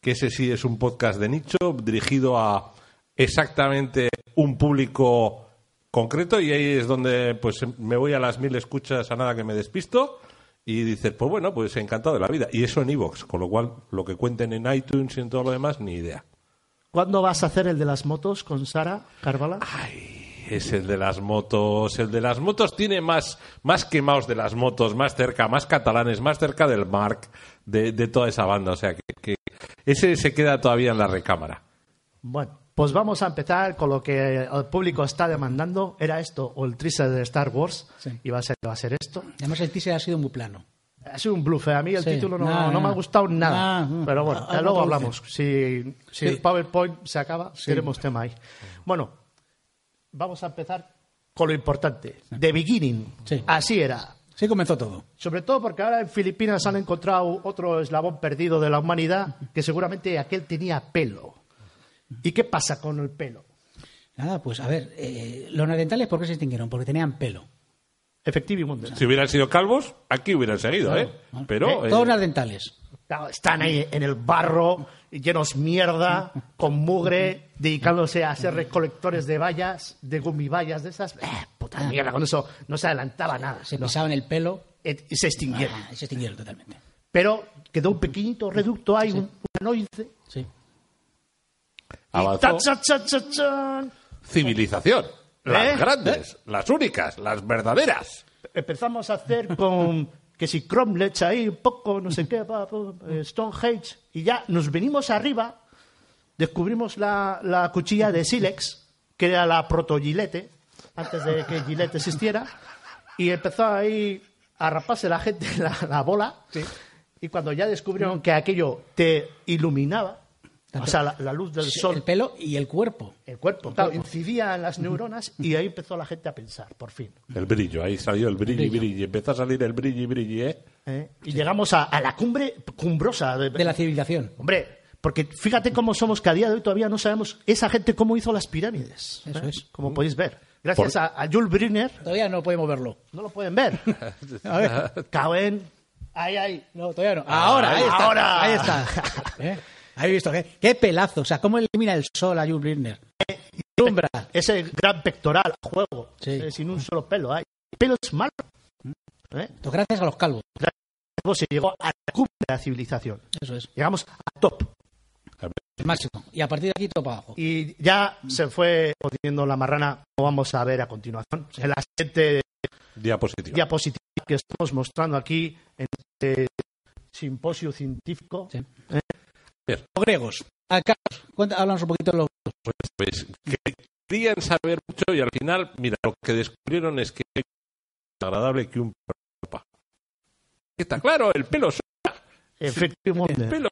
que ese sí es un podcast de nicho dirigido a exactamente un público concreto y ahí es donde pues me voy a las mil escuchas a nada que me despisto y dices, pues bueno, pues encantado de la vida. Y eso en iVoox, con lo cual lo que cuenten en iTunes y en todo lo demás, ni idea. ¿Cuándo vas a hacer el de las motos con Sara Carvala? Es el de las motos, el de las motos tiene más, más quemados de las motos, más cerca, más catalanes, más cerca del Marc, de, de toda esa banda. O sea, que, que ese se queda todavía en la recámara. Bueno, pues vamos a empezar con lo que el público está demandando. Era esto, o el teaser de Star Wars. Y va a ser, va a ser esto. Además, el teaser ha sido muy plano. Ha sido un bluff. eh. A mí el Sí, título no, nada, no me ha nada. gustado nada. Nada, Pero bueno, ah, ya luego ah, hablamos. Si, si el PowerPoint se acaba, tenemos tema ahí. Bueno, vamos a empezar con lo importante. The Beginning. Así era. Sí, comenzó todo. Sobre todo porque ahora en Filipinas han encontrado otro eslabón perdido de la humanidad que seguramente aquel tenía pelo. ¿Y qué pasa con el pelo? Nada, pues a ver, eh, los orientales, ¿por qué se extinguieron? Porque tenían pelo. Efectivo y mundo. Si hubieran sido calvos, aquí hubieran seguido, ¿eh? Pero. eh, Todos naredentales. Claro, Están ahí en el barro, llenos mierda, con mugre, dedicándose a ser recolectores de vallas, de gumivallas de esas. Eh, puta mierda, con eso no se adelantaba nada. Ah, Se No. pisaban el pelo. Et- Y se extinguieron. Ah, se extinguieron totalmente. Pero quedó un pequeñito reducto ahí, un, un anoide. Sí. avanzó. Ta- cha- cha- cha- chan. Civilización. Las ¿Eh? grandes, las únicas, las verdaderas. Empezamos a hacer con que si Cromlech ahí, un poco, no sé qué, pa, pa, eh, Stonehenge, y ya nos venimos arriba, descubrimos la, la cuchilla de Silex, que era la proto-gilete, antes de que gilete existiera, y empezó ahí a raparse la gente la, la bola, y cuando ya descubrieron que aquello te iluminaba, o sea, la, la luz del Sí, sol, El pelo y el cuerpo. el cuerpo, claro, incidía en las neuronas, y ahí empezó la gente a pensar, por fin. El brillo, ahí salió el brillo y brillo. Empezó a salir el brillo y brillo, ¿eh? ¿eh? Y llegamos a, a la cumbre cumbrosa de, De la civilización. Hombre, porque fíjate cómo somos que a día de hoy todavía no sabemos esa gente cómo hizo las pirámides. Eso ¿eh? es. Como podéis ver. Gracias a, a Jules Briner, Todavía no podemos verlo. no lo pueden ver. A ver, Caben. Ahí, ahí. No, todavía no. Ahora, ahí está. Ah, ahora. Ahí está. ¿Eh? Ahí he visto. ¿Qué, qué pelazo. O sea, cómo elimina el sol a Jules Briner. Lumbra. Ese gran pectoral, juego, Sí. eh, sin un solo pelo. ahí. El pelo es malo. ¿eh? Esto Pues Gracias a los calvos. Luego se llegó a la cumbre de la civilización. Eso es. Llegamos a top. El máximo. Y a partir de aquí todo para abajo. Y ya se fue poniendo la marrana, como vamos a ver a continuación. En la siguiente Diapositiva. diapositiva que estamos mostrando aquí en este simposio científico. Sí. Los griegos. A Carlos, cuenta- háblanos un poquito de los pues que querían saber mucho y al final, mira, lo que descubrieron es que es agradable que un pelo. Está claro, el pelo es Efectivamente, pelo.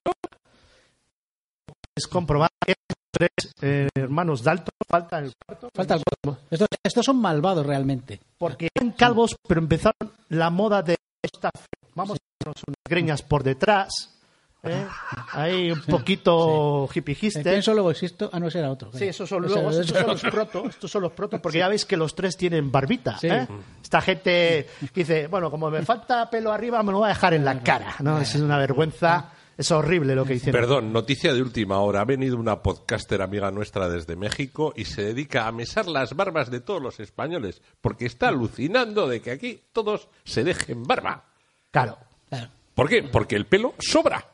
es comprobar que los tres eh, hermanos Dalton falta el cuarto. Falta el cuerpo. Estos, estos son malvados realmente. Porque eran calvos, pero empezaron la moda de esta. Vamos a hacernos unas greñas por detrás. ¿eh? Ahí un poquito Eh, hippie-hister. pienso luego existo? Ah, no, ese era otro. Sí, esos son Ese era luego, otro. estos son los protos, estos son los protos, porque ya veis que los tres tienen barbita, Sí. ¿eh? Esta gente que dice, bueno, como me falta pelo arriba, me lo voy a dejar en la cara, ¿no? Es una vergüenza, es horrible lo que hicieron. Perdón, noticia de última hora. Ha venido una podcaster amiga nuestra desde México y se dedica a mesar las barbas de todos los españoles porque está alucinando de que aquí todos se dejen barba. Claro, Claro. ¿Por qué? Porque el pelo sobra.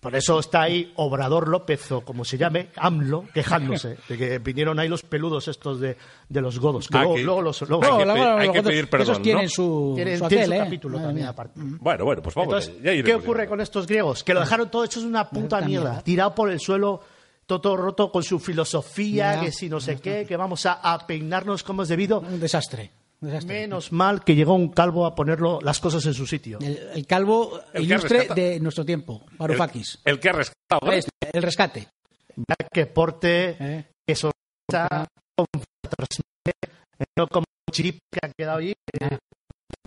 por eso está ahí Obrador López, o como se llame, AMLO, quejándose de que vinieron ahí los peludos estos de, de los godos, que Ah, luego, que- luego los... luego- Hay No, que la- pedir- la- hay los que otros- pedir perdón, Esos tienen ¿no? su, tienen- su tienen aquel, su ¿eh? capítulo Madre también mía. aparte. Bueno, bueno, pues vamos. Entonces, ¿qué ocurre con estos griegos? Que lo dejaron todo hecho en una puta mierda, tirado por el suelo, todo roto con su filosofía, Ya. que si no sé qué, que vamos a, a peinarnos como es debido. Un desastre. Menos mal que llegó un calvo a ponerlo las cosas en su sitio. El, el calvo El que ilustre rescata- de nuestro tiempo, Varoufakis. El, que ha rescatado. Este, El, rescate. ¿eh? Mira qué porte, qué sorpresa, cómo transmite, eh, no como chirip que ha quedado ahí, eh,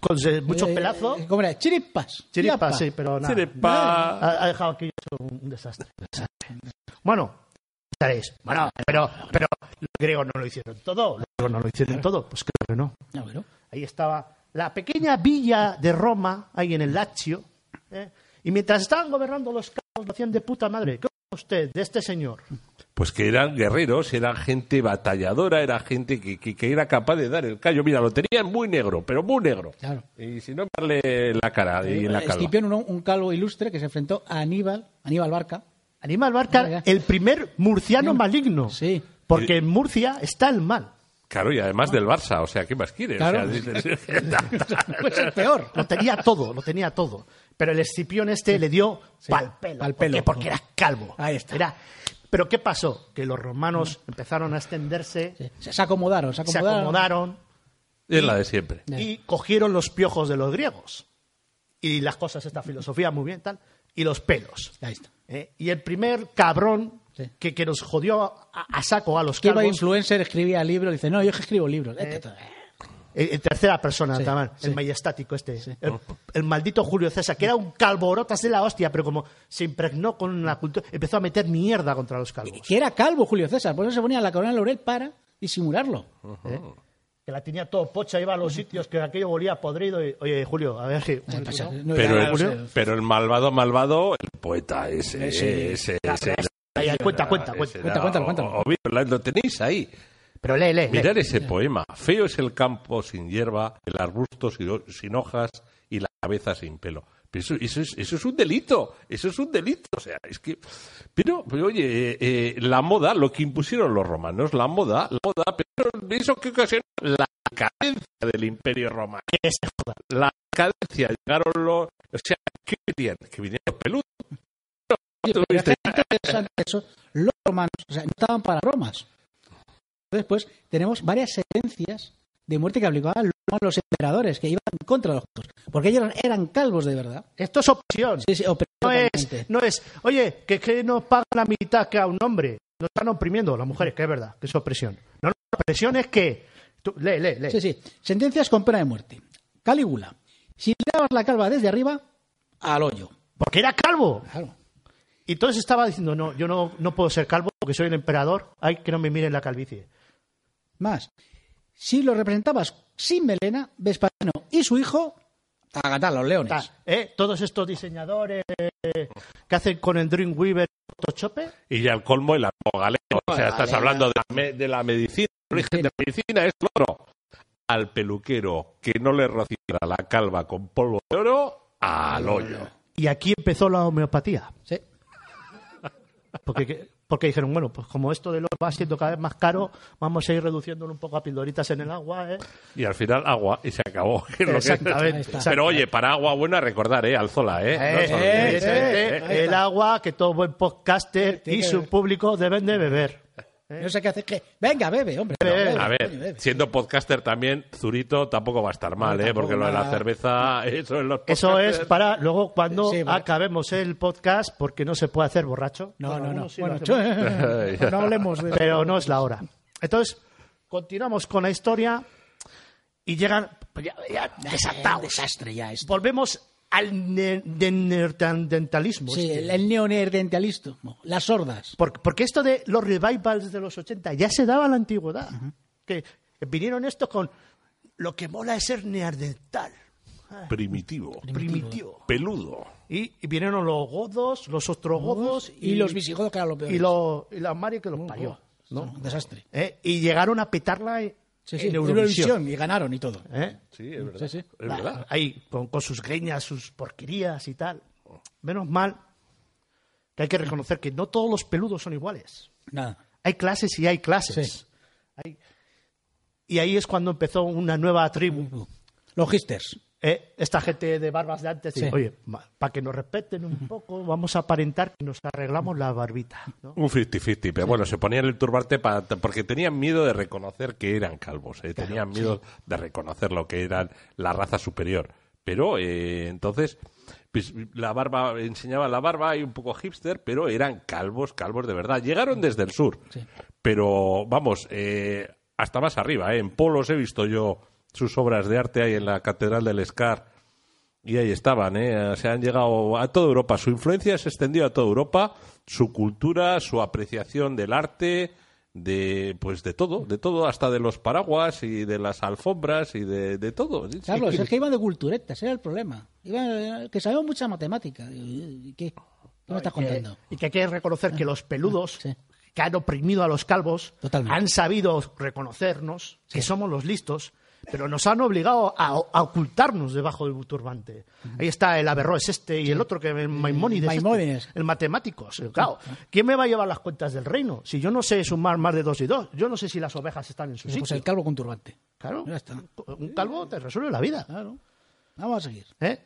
con eh, muchos Eh, pelazos. ¿Cómo era? Chiripas. Chiripa, Chiripa. sí, pero nada. Chiripa. Ha, ha dejado aquí un, un desastre. un desastre. Bueno, estaréis. Bueno, pero, pero los griegos no lo hicieron todo. Los griegos no lo hicieron todo. Pues creo que no. Ah, bueno. Ahí estaba la pequeña villa de Roma, ahí en el Lazio. ¿eh? Y mientras estaban gobernando los carros, lo hacían de puta madre. ¿Qué opina usted de este señor? Pues que eran guerreros, era gente batalladora, era gente que, que- que era capaz de dar el callo. Mira, lo tenían muy negro, pero muy negro. Claro. Y si no, darle la cara y en la calva. Escipión, un, un calvo ilustre que se enfrentó a Aníbal, Aníbal Barca. Aníbal Barca, el primer murciano maligno. Sí. Porque en Murcia está el mal. Claro, y además del Barça, o sea, ¿qué más quieres? Claro. O sea, dices- Pues el peor. Lo tenía todo, lo tenía todo. Pero el escipión este le dio pal pelo. ¿Por qué? Porque era calvo. Ahí está. Pero ¿qué pasó? Que los romanos empezaron a extenderse, Se acomodaron, se se acomodaron. acomodaron es la de siempre. y cogieron los piojos de los griegos. Y las cosas, esta filosofía muy bien, tal. Y los pelos. Ahí está. ¿eh? Y el primer cabrón que, que nos jodió a, a saco a los Que iba calvos, Eh, influencer, escribía libros, dice, no, yo es que escribo libros. Este, todo. en, en tercera persona, Sí, también, sí. el majestático este, el, el maldito Julio César, que era un calvorotas de la hostia, pero como se impregnó con la cultura, empezó a meter mierda contra los calvos. Que era calvo Julio César, por eso se ponía la corona de laurel para disimularlo. ¿eh? Que la tenía todo pocha, iba a los sitios que aquello volía podrido. Y, Oye, Julio, a ver. que- No, Pero ya, el, Julio. pero el malvado, malvado, el poeta ese. Eh, Sí. ese, ese- Ay, ay, cuenta, cuenta, ese cuenta, era- cuenta, cuéntalo, cuéntalo. o- Ovidio, la- lo tenéis ahí. Pero lee, lee. Mirad lee. ese poema. Feo es el campo sin hierba, el arbusto sin, ho- sin hojas y la cabeza sin pelo. Pero eso, eso es, eso es un delito. Eso es un delito. O sea, es que. Pero, pero, oye, eh, eh, la moda, lo que impusieron los romanos, la moda, la moda, pero eso que ocasionó la decadencia del imperio romano. La decadencia. Llegaron los. O sea, ¿qué querían? Que vinieran los peludos. Oye, pero es que es interesante eso. Los romanos, o sea, no estaban para bromas. Después tenemos varias sentencias de muerte que aplicaban los romanos a los emperadores, que iban contra los justos, porque ellos eran, eran calvos de verdad. Esto es opción. Sí, sí, opresión No totalmente. es, no es, oye, que, que nos pagan la mitad que a un hombre. Nos están oprimiendo las mujeres, que es verdad, que es opresión. No, no, opresión es que. Tú, lee, lee, lee. Sí, sí. Sentencias con pena de muerte. Calígula. Si le dabas la calva desde arriba, al hoyo. Porque era calvo. Claro. Y entonces estaba diciendo, no, yo no, no puedo ser calvo porque soy el emperador. Ay, que no me miren la calvicie. Más. Si lo representabas sin melena, Vespasiano y su hijo, a gatar los leones. Ta- ¿eh? Todos estos diseñadores eh, que hacen con el Dreamweaver Photoshop. Y ya al colmo el arco galego. O sea, estás Galego. hablando de la, me- de la medicina. El origen de la medicina es el oro. Al peluquero que no le rociara la calva con polvo de oro, al hoyo. Y aquí empezó la homeopatía. Sí. Porque, porque dijeron, bueno, pues como esto de los va siendo cada vez más caro, vamos a ir reduciéndolo un poco a pildoritas en el agua. ¿eh? Y al final agua y se acabó. que es lo que- Exactamente. Pero oye, para agua buena recordar, ¿eh? Alzola, ¿eh? No Eh, os olvidéis, ¿eh? eh, eh, el agua que todo buen podcaster y su público deben de beber. No sé qué hacer. que- Venga, bebe, hombre. bebe, A coño, ver, bebe. eh, siendo podcaster también, Zurito tampoco va a estar mal, ¿eh? Porque lo de la cerveza, eso es los Eso es podcasters- para luego cuando Sí, para- acabemos el podcast, porque no se puede hacer borracho. No, no, no. algunos sí lo Bueno, ¿eh? hacemos. no hablemos de pero no es la hora. Entonces, continuamos con la historia y llegan pues ya, ya desatados. desastre ya esto. Volvemos al ne- de- neandertalismo. Sí, este. el, el neoneandertalismo, las sordas. Por- porque esto de los revivals de los 80 ya se daba en la antigüedad. Que vinieron estos con lo que mola es ser neandertal, primitivo, primitivo. peludo. Y, y vinieron los godos, los ostrogodos Y, los visigodos, que eran los peores. y, lo- y la Mario que los parió. No, un desastre. ¿eh? Y llegaron a petarla en, Sí, sí, en Eurovisión. Eurovisión, y ganaron y todo. ¿eh? Sí, es verdad. Sí, sí. Es verdad. Ahí, con, con sus greñas, sus porquerías y tal. Menos mal que hay que reconocer que no todos los peludos son iguales. Nada. Hay clases y hay clases. Sí. Hay- Y ahí es cuando empezó una nueva tribu. Los histers. eh, esta gente de barbas de antes, Sí. oye, para que nos respeten un poco, vamos a aparentar que nos arreglamos la barbita. ¿no? Un 50-50, pero bueno, se ponían el turbante para, porque tenían miedo de reconocer que eran calvos, ¿eh? tenían miedo de reconocer lo que eran la raza superior. Pero eh, entonces, pues, la barba, enseñaba la barba y un poco hipster, pero eran calvos, calvos de verdad. Llegaron desde el sur, pero vamos, eh, hasta más arriba, ¿eh? en polos he visto yo sus obras de arte ahí en la Catedral del Escar. Y ahí estaban, ¿eh? se han llegado a toda Europa. Su influencia se extendió a toda Europa, su cultura, su apreciación del arte, de pues de todo, de todo, hasta de los paraguas y de las alfombras y de, de todo. Sí, Carlos, sí. es que iban de culturetas, era el problema. Iban, eh, que sabemos mucha matemática. ¿Y ¿Qué? ¿Qué me estás Y que- contando? Y que hay que reconocer que los peludos que han oprimido a los calvos Totalmente. han sabido reconocernos, que somos los listos, pero nos han obligado a, a ocultarnos debajo del turbante. Ahí está el Averroes este y el otro que el Maimónides, este, Maimónides. Ah, el matemático. Sí, Claro, ¿quién me va a llevar las cuentas del reino? Si yo no sé sumar más de dos y dos, yo no sé si las ovejas están en su sitio. Pues el calvo con turbante. Claro, Ya está. Ah. un calvo te resuelve la vida. Claro. Vamos a seguir. ¿eh?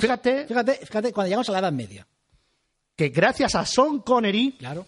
Fíjate Fíjate, fíjate, cuando llegamos a la Edad Media. que gracias a Sean Connery Claro.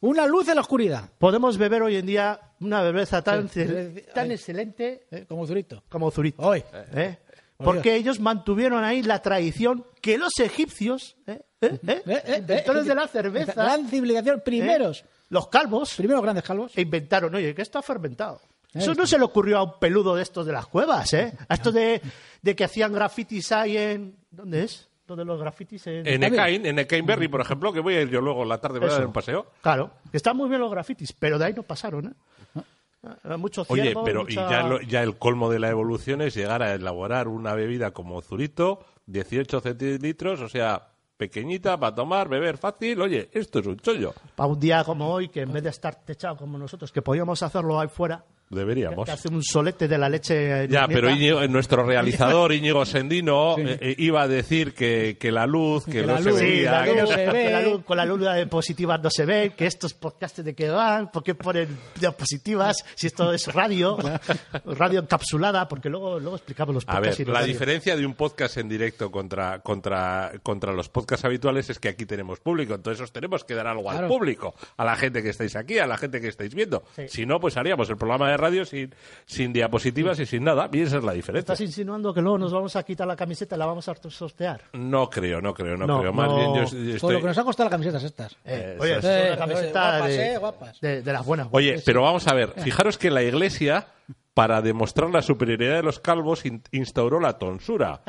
Una luz en la oscuridad. podemos beber hoy en día una bebeza tan, Sí, ce- sí, tan ahí. excelente ¿eh? Como Zurito. como Zurito. Hoy. ¿eh? Porque ellos mantuvieron ahí la tradición que los egipcios, ¿eh? ¿eh? ¿eh? Eh, eh, inventores eh, de la cerveza, Gran civilización. ¿eh? Primeros. los calvos, Primeros grandes calvos. inventaron, oye, que está fermentado. Ahí Eso no está. se le ocurrió a un peludo de estos de las cuevas, ¿eh? A estos de, de que hacían grafitis ahí en... ¿Dónde es? ¿Dónde los grafitis? En, En Ecaín, en Ecainberry, por ejemplo, que voy a ir yo luego la tarde para Eso. dar un paseo. Claro, que están muy bien los grafitis, pero de ahí no pasaron, ¿eh? Ah, Mucho Oye, ciervo, pero y mucha- ya, lo- ya el colmo de la evolución es llegar a elaborar una bebida como Zurito, 18 centilitros, o sea, pequeñita para tomar, beber fácil. Oye, esto es un chollo. para un día como hoy, que en vez de estar techado como nosotros, que podíamos hacerlo ahí fuera, Deberíamos. que hace un solete de la leche. Ya, neta. pero Íñigo- eh, nuestro realizador Íñigo Sendino eh, eh, iba a decir que, que la luz, que, Que no la se luz, Sí, veía. la luz, que- se ve. que la luz- con la luz de positivas no se ve, que estos podcasts de qué van, por qué ponen diapositivas, si esto es radio, radio encapsulada, porque luego, luego explicamos los A podcasts. ver, y los la radio. diferencia de un podcast en directo contra, contra, contra los podcasts habituales es que aquí tenemos público, entonces os tenemos que dar algo al Claro. público, a la gente que estáis aquí, a la gente que estáis viendo. Sí. Si no, pues haríamos el programa de radio sin, sin diapositivas y sin nada, y esa es la diferencia. ¿Estás insinuando que luego nos vamos a quitar la camiseta y la vamos a sortear? No creo, no creo, no, No, creo. Más no. bien yo- yo Con lo que estoy... nos han costado las camisetas estas. Eh, Eh, oye, eso es es. una camiseta Guapas, de, eh, guapas. de- de las buenas. Oye, pero vamos a ver, fijaros que la iglesia, para demostrar la superioridad de los calvos, in- instauró la tonsura.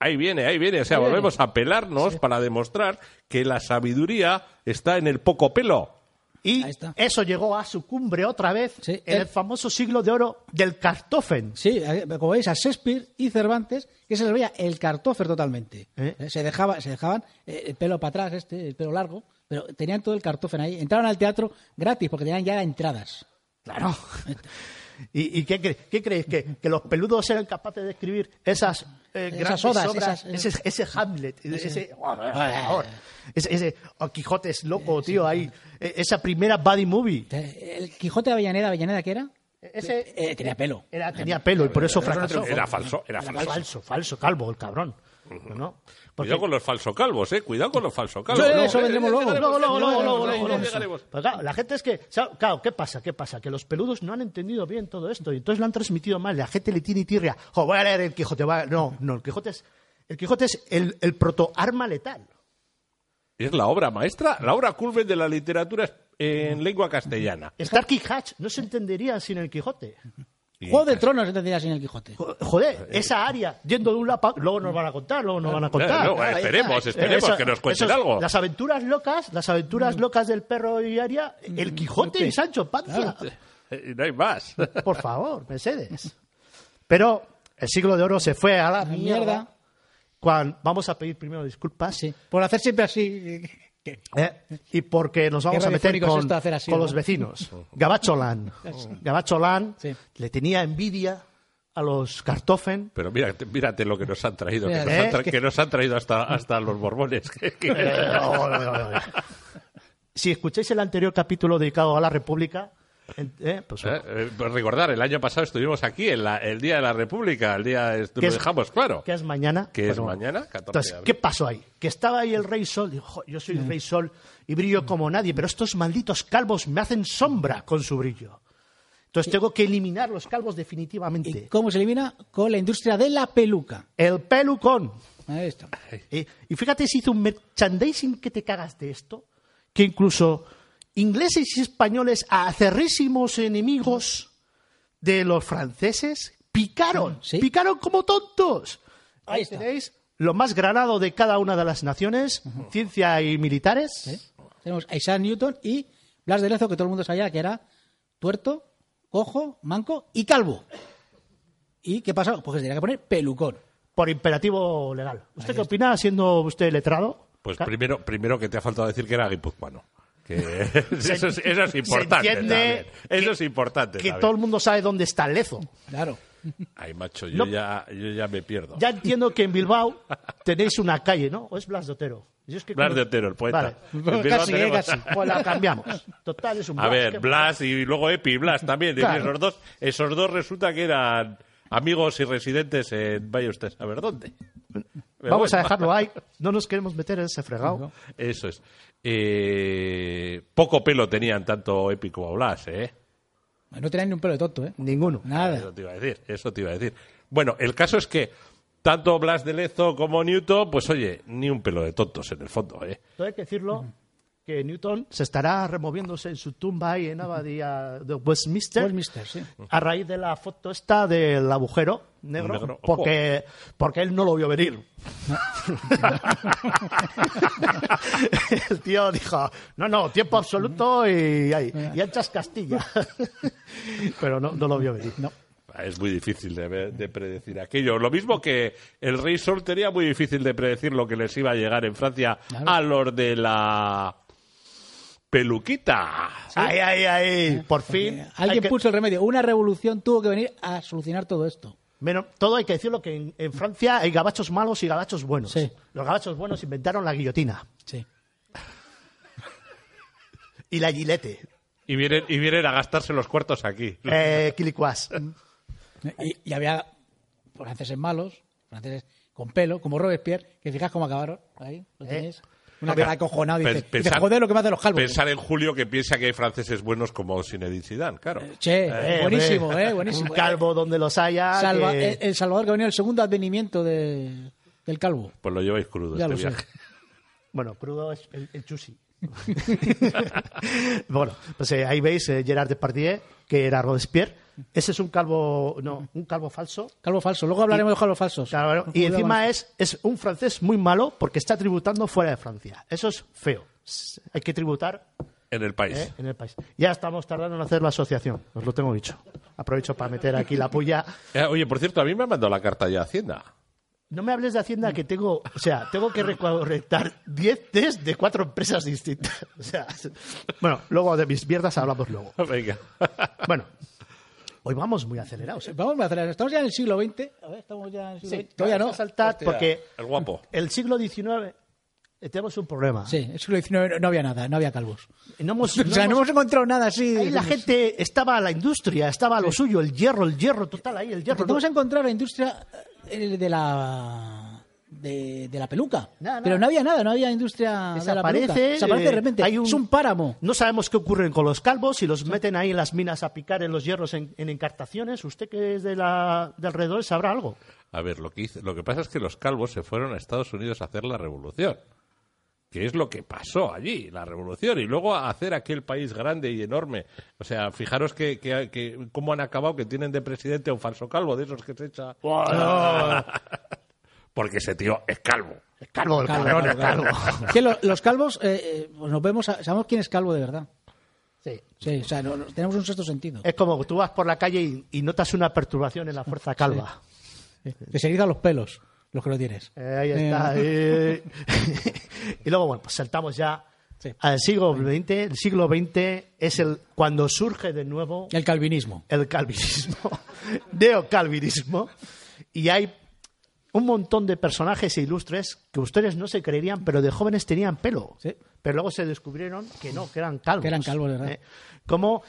Ahí viene, ahí viene. O sea, volvemos a pelarnos para demostrar que la sabiduría está en el poco pelo. Y Ahí está. eso llegó a su cumbre otra vez Sí, eh. en el, el- famoso siglo de oro del Kartoffen. Sí, eh, como veis, a Shakespeare y Cervantes, que se les veía el cartófer totalmente. ¿Eh? Eh, Se, dejaba, se dejaban eh, el pelo para atrás, este, el pelo largo, pero tenían todo el cartófer ahí. Entraron al teatro gratis porque tenían ya entradas. Claro. ¿Y, y qué, cre- qué creéis? ¿Que, que los peludos eran capaces de escribir esas eh, Esas grandes odas, obras? esas- ese, ese Hamlet, ese, oh, ese, ese oh, Quijote es loco, tío, ahí. E- Esa primera body movie. E, Eh, El Quijote de Avellaneda, ¿Avellaneda qué era? Ese Eh, tenía pelo. era, tenía pelo y por eso fracasó. Era falso, era falso. falso, falso, calvo, el cabrón. ¿No? Porque- Cuidado con los falso calvos, eh. Cuidado con los falso calvos. Sí, No, eso eh, vendremos luego. llegaremos, Luego, luego, llegaremos, luego, luego, llegaremos, luego, llegaremos. Pero claro, la gente es que, sa- claro, ¿qué pasa? ¿Qué pasa? Que los peludos no han entendido bien todo esto y entonces lo han transmitido mal. La gente le tiene tirria. Jo, voy a leer el Quijote. va- No, no, el Quijote es el, Quijote es el, el protoarma letal. Eh, Es la obra maestra, la obra culmen de la literatura en lengua castellana. Stark y Hatch no se entenderían sin el Quijote. Juego de Tronos se tendría sin el Quijote. Jo- Joder, Eh, esa área, yendo de un lado pa- luego nos van a contar, luego nos van a contar. eh, Eh, No, no, esperemos, esperemos Eso- que nos cuenten esos- algo. Mm. Las aventuras locas, las aventuras locas del perro y Aria, el Quijote y Sancho Panza. Eh, No hay más. Por favor, Mercedes. Pero el siglo de oro se fue a la mierda. mierda. Cuan- vamos a pedir primero disculpas. Sí. Por hacer siempre así. que- ¿eh? Y porque nos vamos Qué a meter radiofónico es con, esto de hacer así, con ¿no? los vecinos. Gabacholan. Gabacholan Sí. le tenía envidia a los Cartofen. Pero mírate, mírate lo que nos han traído, que, Mírate, nos, han ¿eh? tra- Que- que nos han traído hasta, hasta los borbones. Que- que- si escucháis el anterior capítulo dedicado a la República, Eh, pues, Eh, eh, pues recordar, el año pasado estuvimos aquí, en la- el Día de la República, el día de- ¿Qué lo es- dejamos claro. ¿Qué es mañana? Que es Bueno, mañana, 14 Entonces, de abril. ¿qué pasó ahí? Que estaba ahí el Rey Sol. Digo, "Jo, yo soy el Rey Sol y brillo como nadie, pero estos malditos calvos me hacen sombra con su brillo. Entonces tengo que eliminar los calvos definitivamente. ¿Cómo se elimina? Con la industria de la peluca. El pelucón. Ahí está. Eh, y fíjate si hizo un merchandising que te cagas de esto, que incluso ingleses y españoles, acerrísimos enemigos de los franceses, picaron, Sí. picaron como tontos. Ahí Ahí está. tenéis lo más granado de cada una de las naciones, ciencia y militares. ¿Eh? Tenemos a Isaac Newton y Blas de Lezo, que todo el mundo sabía que era tuerto, cojo, manco y calvo. ¿Y qué pasó? Pues que se tenía que poner pelucón. Por imperativo legal. ¿Usted qué opina, siendo usted letrado? Pues Ca- primero, primero que te ha faltado decir que era guipuzcoano. Que eso, es, eso es se importante. entiende también. Eso que- es importante. Que también. todo el mundo sabe dónde está Lezo. Claro. Ay, macho, yo, No. ya, yo ya me pierdo. Ya entiendo que en Bilbao tenéis una calle, ¿no? ¿O es Blas de Otero? Yo es que Blas como- de Otero, el poeta. Vale. En Bilbao Casi, eh, tenemos- casi. Pues la cambiamos. Total, es un A ver, ¿qué Blas y luego Epi Blas también. Y Claro. Esos, dos, esos dos resulta que eran amigos y residentes en vaya usted a saber dónde. Pero Vamos a bueno, dejarlo ahí. No nos queremos meter en ese fregado. Eso es. Eh, poco pelo tenían tanto Epi como Blas, ¿eh? No tenía ni un pelo de tonto, ¿eh? Ninguno. Eso Nada. te iba a decir, eso te iba a decir. Bueno, el caso es que tanto Blas de Lezo como Newton, pues oye, ni un pelo de tontos en el fondo, ¿eh? Todo hay que decirlo que Newton se estará removiéndose en su tumba ahí en Abadía de Westminster. Westminster, Pues sí. A raíz de la foto esta del agujero negro, Negro. Porque, porque él no lo vio venir. El tío dijo, no, no, tiempo absoluto y, ahí, y anchas Castilla. Pero no, no lo vio venir. No. Ah, Es muy difícil de, ver- de predecir aquello. Lo mismo que el Rey Sol tenía muy difícil de predecir lo que les iba a llegar en Francia a los de la peluquita. Ahí, ahí, ahí. Por fin. hay Ah, Alguien que- puso el remedio. Una revolución tuvo que venir a solucionar todo esto. Menos, todo hay que decirlo que en, en Francia hay gabachos malos y gabachos buenos. Sí. Los gabachos buenos inventaron la guillotina Sí. y la gilete. Y vienen, y vienen a gastarse los cuartos aquí. Eh, quilicuás. Y, y había franceses malos, franceses con pelo, como Robespierre, que fijas cómo acabaron. Ahí, lo Eh. tenéis. Ah, Una cara acojonada. Ah, Dice, Pe- dice, joder, lo que me hacen los calvos. pensar en Julio que piensa que hay franceses buenos como Zinedine Zidane, claro. Che, Eh, buenísimo, hombre, eh, buenísimo. Un calvo donde los haya. Salva- eh, que- el, el Salvador que venía el segundo advenimiento de, del calvo. Pues lo lleváis crudo Ya este lo sé. viaje. Bueno, crudo es el, el chusi. bueno, pues eh, ahí veis eh, Gerard Depardieu, que era Robespierre. Ese es un calvo, no, un calvo falso. Calvo falso. Luego hablaremos de los calvos falsos. Claro, y encima es, es un francés muy malo porque está tributando fuera de Francia. Eso es feo. S- Hay que tributar En el país. ¿eh? en el país. Ya estamos tardando en hacer la asociación, os lo tengo dicho. Aprovecho para meter aquí la puya. Eh, oye, por cierto, a mí me han mandado la carta ya Hacienda. No me hables de Hacienda que tengo, o sea, tengo que recorrectar 10 test de cuatro empresas distintas. O sea, bueno, luego de mis mierdas hablamos luego. Venga. Bueno, hoy vamos muy acelerados. ¿eh? Vamos a hacer, estamos ya en el siglo XX. A ver, estamos ya en el siglo Sí, XX. Todavía no. saltad porque El guapo. el siglo XIX eh, tenemos un problema. Sí, en el siglo XIX no, no había nada, no había calvos. No hemos- o sea, no hemos encontrado nada así. Ahí la digamos. gente estaba la industria, estaba lo suyo, el hierro, el hierro, total, ahí el hierro. Intentamos ¿no? encontrar la industria eh, de la de, de la peluca. Nada, Pero nada. no había nada, no había industria Ah, de la peluca. Desaparece. Desaparece de eh, repente. hay un- Es un páramo. No sabemos qué ocurre con los calvos, si los meten ahí en las minas a picar en los hierros en, en encartaciones. Usted que es de, la, de alrededor sabrá algo. A ver, lo que, hice- lo que pasa es que los calvos se fueron a Estados Unidos a hacer la revolución. Que es lo que pasó allí, la revolución. Y luego a hacer aquel país grande y enorme. O sea, fijaros que, que- que- cómo han acabado que tienen de presidente a un falso calvo de esos que se echa. Oh. Porque ese tío es calvo. Es calvo, el Calvo, cabrón, calvo, es calvo. Que lo- los calvos, eh, eh, pues nos vemos, a- sabemos quién es calvo de verdad. Sí. Sí, o sea, no- no- tenemos un sexto sentido. Es como tú vas por la calle y, y notas una perturbación en la fuerza calva. Te se erizan los pelos, los que lo tienes. Eh, ahí está. Eh, eh. y luego, bueno, pues saltamos ya Sí. al siglo XX. El siglo XX es el cuando surge de nuevo El calvinismo. el calvinismo, neocalvinismo, y hay un montón de personajes e ilustres que ustedes no se creerían, pero de jóvenes tenían pelo. Sí. Pero luego se descubrieron que no, que eran calvos. Que eran calvos, ¿verdad? ¿eh? Como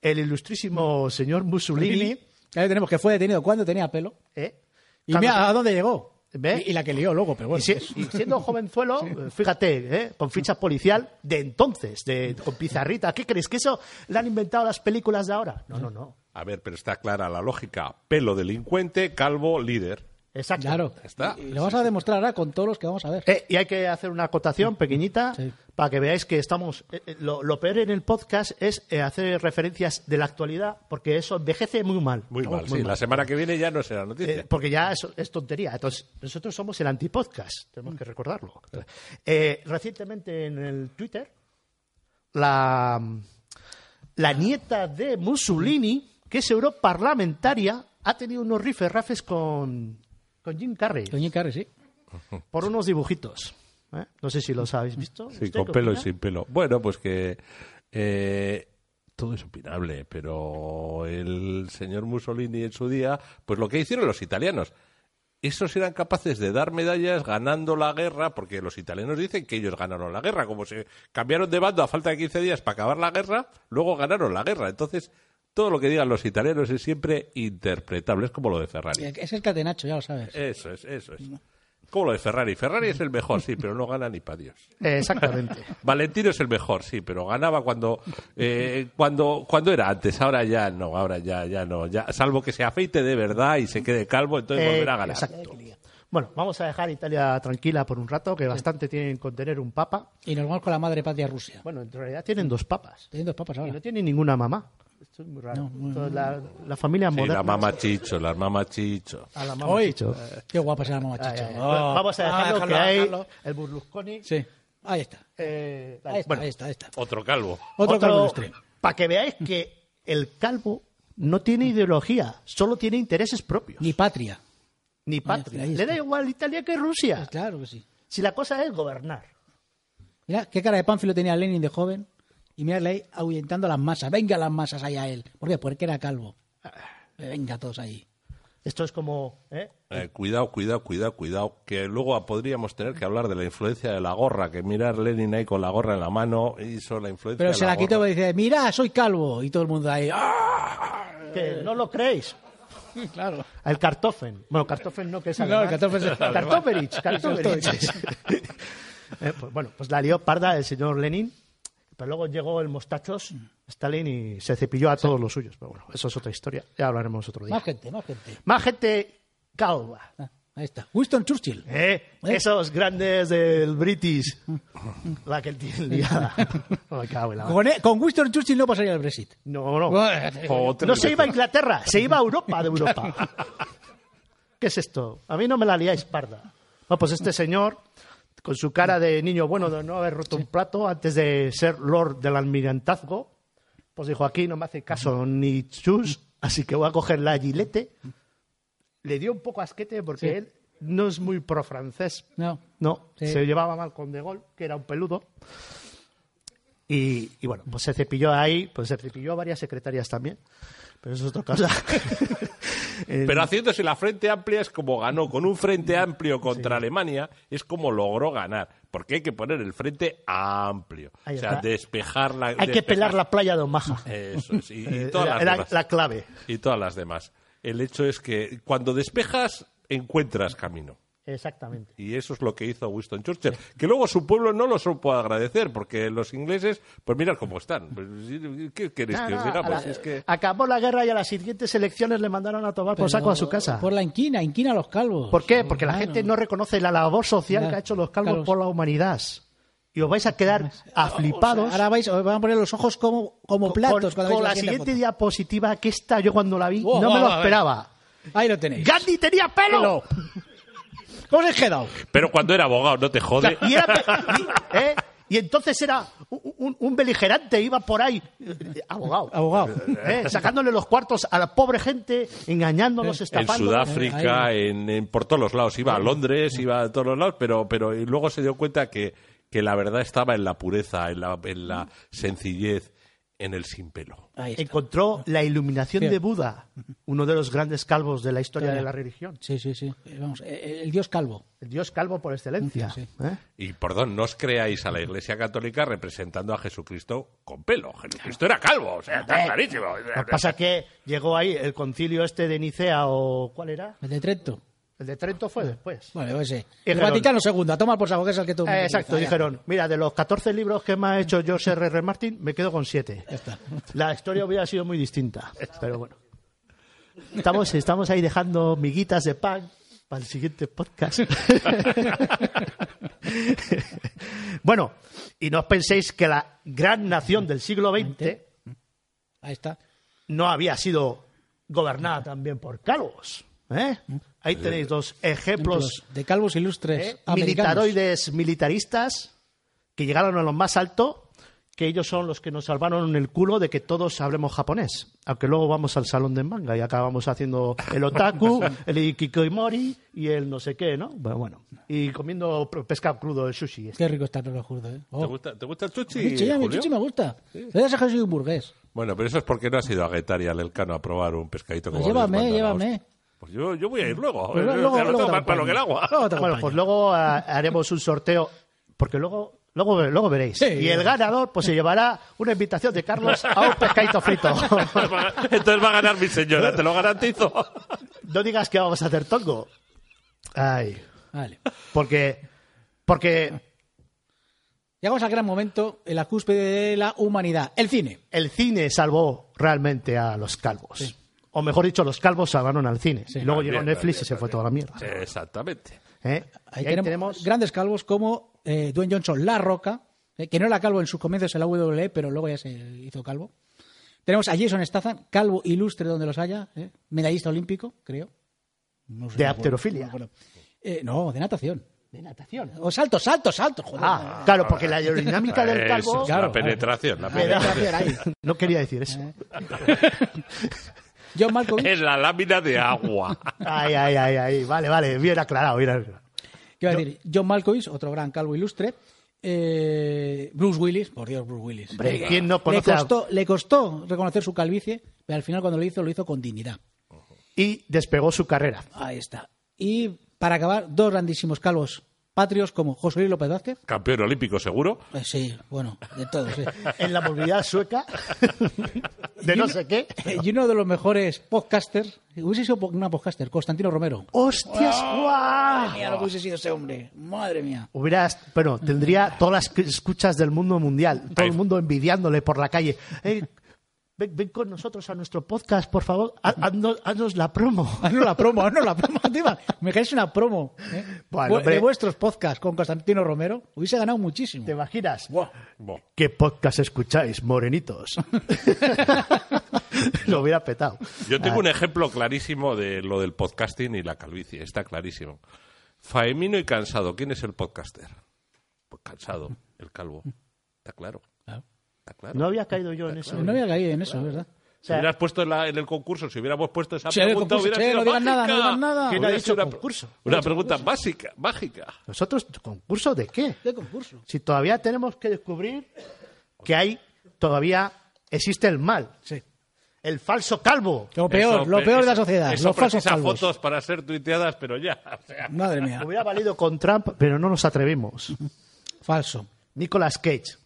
el ilustrísimo señor Mussolini. Ahí tenemos que fue detenido cuando tenía pelo. ¿eh? Y Cuando- mira a dónde llegó. ¿Ve? Y, y la que lió luego, pero bueno. Y, si- y siendo jovenzuelo, eh, fíjate, ¿eh? con fichas policial de entonces, de, con pizarrita. ¿Qué crees? ¿Que eso le han inventado las películas de ahora? No, no, no. A ver, pero está clara la lógica. Pelo delincuente, calvo líder. Exacto. Claro. Está. Y lo vas a demostrar ahora con todos los que vamos a ver. Eh, y hay que hacer una acotación pequeñita Sí. para que veáis que estamos. eh, eh, lo, lo peor en el podcast es eh, hacer referencias de la actualidad, porque eso envejece muy mal. Ah, Muy Estamos mal, sí. La semana que viene ya no será noticia. Eh, porque ya es, es tontería. Entonces, nosotros somos el antipodcast, tenemos que recordarlo. Eh, recientemente en el Twitter, la, la nieta de Mussolini, que es europarlamentaria, ha tenido unos rifes con, con Jim Carrey Toñi Carrey, sí. por unos dibujitos. ¿eh? No sé si los habéis visto. Sí, ¿Usted con qué pelo y opina? sin pelo. Bueno, pues que eh, todo es opinable, pero el señor Mussolini en su día, pues lo que hicieron los italianos. Esos eran capaces de dar medallas ganando la guerra, porque los italianos dicen que ellos ganaron la guerra. Como se cambiaron de bando a falta de 15 días para acabar la guerra, luego ganaron la guerra. Entonces, todo lo que digan los italianos es siempre interpretable. Es como lo de Ferrari. Es el catenacho, ya lo sabes. Eso es, eso es. Como lo de Ferrari. Ferrari es el mejor, sí, pero no gana ni para Dios. Eh, exactamente. Valentino es el mejor, sí, pero ganaba cuando, eh, cuando, cuando era antes. Ahora ya no, ahora ya, ya no. Ya, salvo que se afeite de verdad y se quede calvo, entonces Eh, volverá a ganar. exacto. Bueno, vamos a dejar Italia tranquila por un rato, que bastante tienen con tener un papa. Y nos vamos con la madre patria Rusia. Bueno, en realidad tienen dos papas. Teniendo dos papas Y ahora. no tiene ninguna mamá. Esto es muy raro. Toda la, la familia Sí, moderna. la mamá chicho, la mamá chicho. A la mamá Hoy, Chicho. qué guapa será la mamá Ay, Chicho. ay, ay. Oh. Vamos a Ah, dejarlo, que a hay dejarlo. el Berlusconi. Sí, ahí está. eh, dale. Ahí está, Bueno, ahí está, ahí está. Otro calvo. Otro, calvo ilustre. Para que veáis que el calvo no tiene ideología, solo tiene intereses propios. Ni Ni, patria. patria. Le ahí está. da igual Italia que Rusia. Pues claro que sí. Si la cosa es gobernar. Mira, qué cara de pánfilo tenía Lenin de joven. Y mirarle ahí ahuyentando a las masas. Venga las masas allá a él. ¿Por qué? Porque era calvo. Ah. Venga todos ahí. Esto es como. ¿eh? Eh, cuidado, cuidado, cuidado, cuidado. Que luego podríamos tener que hablar de la influencia de la gorra, que mirar Lenin ahí con la gorra en la mano hizo la influencia Pero de se la quitó gorra. y dice, mira, soy calvo. Y todo el mundo ahí. ¡ah! Que no lo creéis. Claro. El Kartoffen. Bueno, Kartoffen no, que es No, alemán. el Kartoffen es alemán. Kartofferich, Kartofferich. Eh, pues, bueno, pues la lió parda el señor Lenin, pero luego llegó el mostachos Stalin y se cepilló a todos los suyos. Pero bueno, eso es otra historia. Ya hablaremos otro día. Más gente, más gente. Más gente calva. Ah, ahí está. Winston Churchill. ¿eh? Esos grandes del British. La que tiene liada. Me cago en la madre. Con, e- con Winston Churchill no pasaría el Brexit. No, no. Otro No se iba a Inglaterra, se iba a Europa de Europa. ¿Qué es esto? A mí no me la liáis parda. No, pues este señor, con su cara de niño bueno de no haber roto un plato antes de ser Lord del Almirantazgo, pues dijo, aquí no me hace caso ni chus, así que voy a coger la gilete. Le dio un poco asquete porque Sí. él no es muy pro francés. No. No, Sí. se llevaba mal con De Gaulle, que era un peludo. Y, y bueno, pues se cepilló ahí, pues se cepilló a varias secretarias también. Pero eso es otra cosa. En- Pero haciéndose la frente amplia es como ganó con un frente amplio contra Alemania, es como logró ganar. Porque hay que poner el frente amplio. Ahí o sea, está. despejar la. hay que pelar la playa de Omaha. Eso es, y, y Eh, todas era las era demás. la clave. Y todas las demás. El hecho es que cuando despejas, encuentras camino. Exactamente. Y eso es lo que hizo Winston Churchill. Que luego su pueblo no lo supo agradecer, porque los ingleses, pues mirad cómo están. Pues, ¿Qué queréis Nada, que os a diga? la- Pues es que. Acabó la guerra y a las siguientes elecciones le mandaron a tomar por Pero saco a su casa. Por ¿Por, la inquina, inquina a los calvos. qué? Porque la Claro. gente no reconoce la labor social Claro. que ha hecho los calvos Calvos. por la humanidad. Y os vais a quedar aflipados. Ahora vais, os van a poner los ojos como, como platos con, cuando veis con la siguiente foto. diapositiva que esta yo cuando la vi Oh, no me lo va, va, esperaba. Ahí lo tenéis. Gandhi tenía pelo. ¿Cómo os he quedado? Pero cuando era abogado, no te jode. Y, era pe- y- ¿eh? Y entonces era un, un- un beligerante, iba por ahí, eh, abogado, Abogado. ¿eh? sacándole los cuartos a la pobre gente, Eh, engañándolos, en estafándolos. Sudáfrica, en, en- por todos los lados. Iba a Londres, iba a todos los lados, pero, pero y luego se dio cuenta que, que la verdad estaba en la pureza, en la, en la sencillez, en el sin pelo. Encontró la iluminación Bien. de Buda, uno de los grandes calvos de la historia Ya, ya. de la religión. Sí, sí, sí. Eh, Vamos, eh, el dios calvo. El dios calvo por excelencia. Sí, ¿eh? Y perdón, no os creáis a la Iglesia Católica representando a Jesucristo con pelo. Jesucristo era calvo, o sea, está clarísimo. Lo que pasa que llegó ahí el concilio este de Nicea o ¿cuál era? El de Trento. El de Trento fue después. Bueno, yo qué sé. El Dijeron- Vaticano II. A tomar por saco que es el que tú. Eh, exacto, dijeron, mira, de los 14 libros que me ha hecho George R. R. Martin, me quedo con 7. La historia hubiera sido muy distinta, pero bueno. Estamos, estamos ahí dejando miguitas de pan para el siguiente podcast. bueno, y no os penséis que la gran nación del siglo XX Ahí está. no había sido gobernada también por calvos. ¿eh? Ahí tenéis dos ejemplos Ejemplos de calvos ilustres. ¿eh? Pues, americanos. militaroides militaristas que llegaron a lo más alto, que ellos son los que nos salvaron el culo de que todos hablemos japonés. Aunque luego vamos al salón de manga y acabamos haciendo el otaku, el ikikoimori y el no sé qué, ¿no? Bueno, bueno. Y comiendo pr- pescado crudo, el sushi. este. Qué rico está, te lo juro. ¿eh? Oh. ¿Te gusta, te gusta el Me chuchi? he dicho ya, mi Julio? chichi me gusta. Le das a Jesús un burgués. Pues Bueno, pero eso es porque no has ido a Guetaria, al Elcano, a probar un pescadito Pues como habéis llévame, mandado a la llévame. hostia. Pues yo, yo voy a ir luego. Pues Eh, luego- te lo luego tengo te más palo que el agua. Luego te Bueno, acompaño. pues luego ah, haremos un sorteo, porque luego... Luego, luego veréis. Sí. y el ganador pues se llevará una invitación de Carlos a un pescadito frito. Entonces va a ganar mi señora, te lo garantizo. no digas que vamos a hacer tongo. Ay. Vale. Porque, porque Llegamos al gran momento en la cúspide de la humanidad. El cine. el cine salvó realmente a los calvos. O mejor dicho, los calvos salvaron al cine. Sí. Y luego También, llegó Netflix también, y se fue toda la mierda. Exactamente. ¿Eh? Ahí, Y ahí tenemos, grandes calvos como eh, Dwayne Johnson, La Roca, eh, que no era calvo en sus comienzos en la WWE, pero luego ya se hizo calvo. Tenemos a Jason Statham, calvo ilustre donde los haya, eh, medallista olímpico, creo. No sé, De no me acuerdo, halterofilia. no me acuerdo. Eh, no, de natación. de natación. O salto, salto, salto. Joder, Ah, claro, porque la aerodinámica del Eso, calvo la Claro, claro. penetración, la me da- penetración. No quería decir eso. Eh. John Malkovich. En la lámina de agua. Ay, ay, ay, ay. Vale, vale. Bien aclarado. Bien aclarado. ¿Qué iba a decir? John Malkovich, otro gran calvo ilustre. Eh, Bruce Willis, por Dios, Bruce Willis. Hombre, Eh, ¿quién no le, conoce a- costó, le costó reconocer su calvicie, pero al final cuando lo hizo, lo hizo con dignidad. Y despegó su carrera. Ahí está. Y para acabar, dos grandísimos calvos patrios como José Luis López Vázquez. Campeón olímpico seguro. Eh, sí, bueno, de todos. sí. En la movilidad sueca. De no sé qué. Y uno de los mejores podcasters, hubiese sido po- una podcaster, Constantino Romero. ¡Hostias! guau! Mira lo que hubiese sido ese hombre. Madre mía. Hubieras, bueno, tendría todas las que- escuchas del mundo mundial, todo el mundo envidiándole por la calle. Eh, ven, ven con nosotros a nuestro podcast, por favor, ha- haznos, haznos la promo. Ah, no la promo, ah, no la promo. te iba- Me caes una promo ¿eh? Bueno, Bu- de hombre. vuestros podcasts con Constantino Romero. Hubiese ganado muchísimo. ¿Te imaginas? Buah. ¿Qué podcast escucháis, morenitos? Lo hubiera petado. Yo Ah. tengo un ejemplo clarísimo de lo del podcasting y la calvicie, está clarísimo. Faemino y Cansado, ¿quién es el podcaster? Pues Cansado, el calvo. Está claro. Está claro. Ah. No había caído yo en eso. ¿eh? No había caído en eso, ¿verdad? Si hubieras puesto en, la- en el concurso, si hubiéramos puesto esa Che, el pregunta, concurso, hubiera che, sido no digas nada, no mágica. digas nada. ¿Quién ha Hubiera dicho sido una, pre- concurso? Una pregunta básica, mágica. ¿Nosotros concurso de qué? De concurso. Si todavía tenemos que descubrir que hay, todavía existe el mal, Sí. el falso calvo. Lo peor, Eso, lo peor de la eso- sociedad. Eso los falsos precisa calvos. fotos para ser tuiteadas, pero ya. o sea, Madre mía. Hubiera valido con Trump, pero no nos atrevimos. Falso. Nicolas Cage.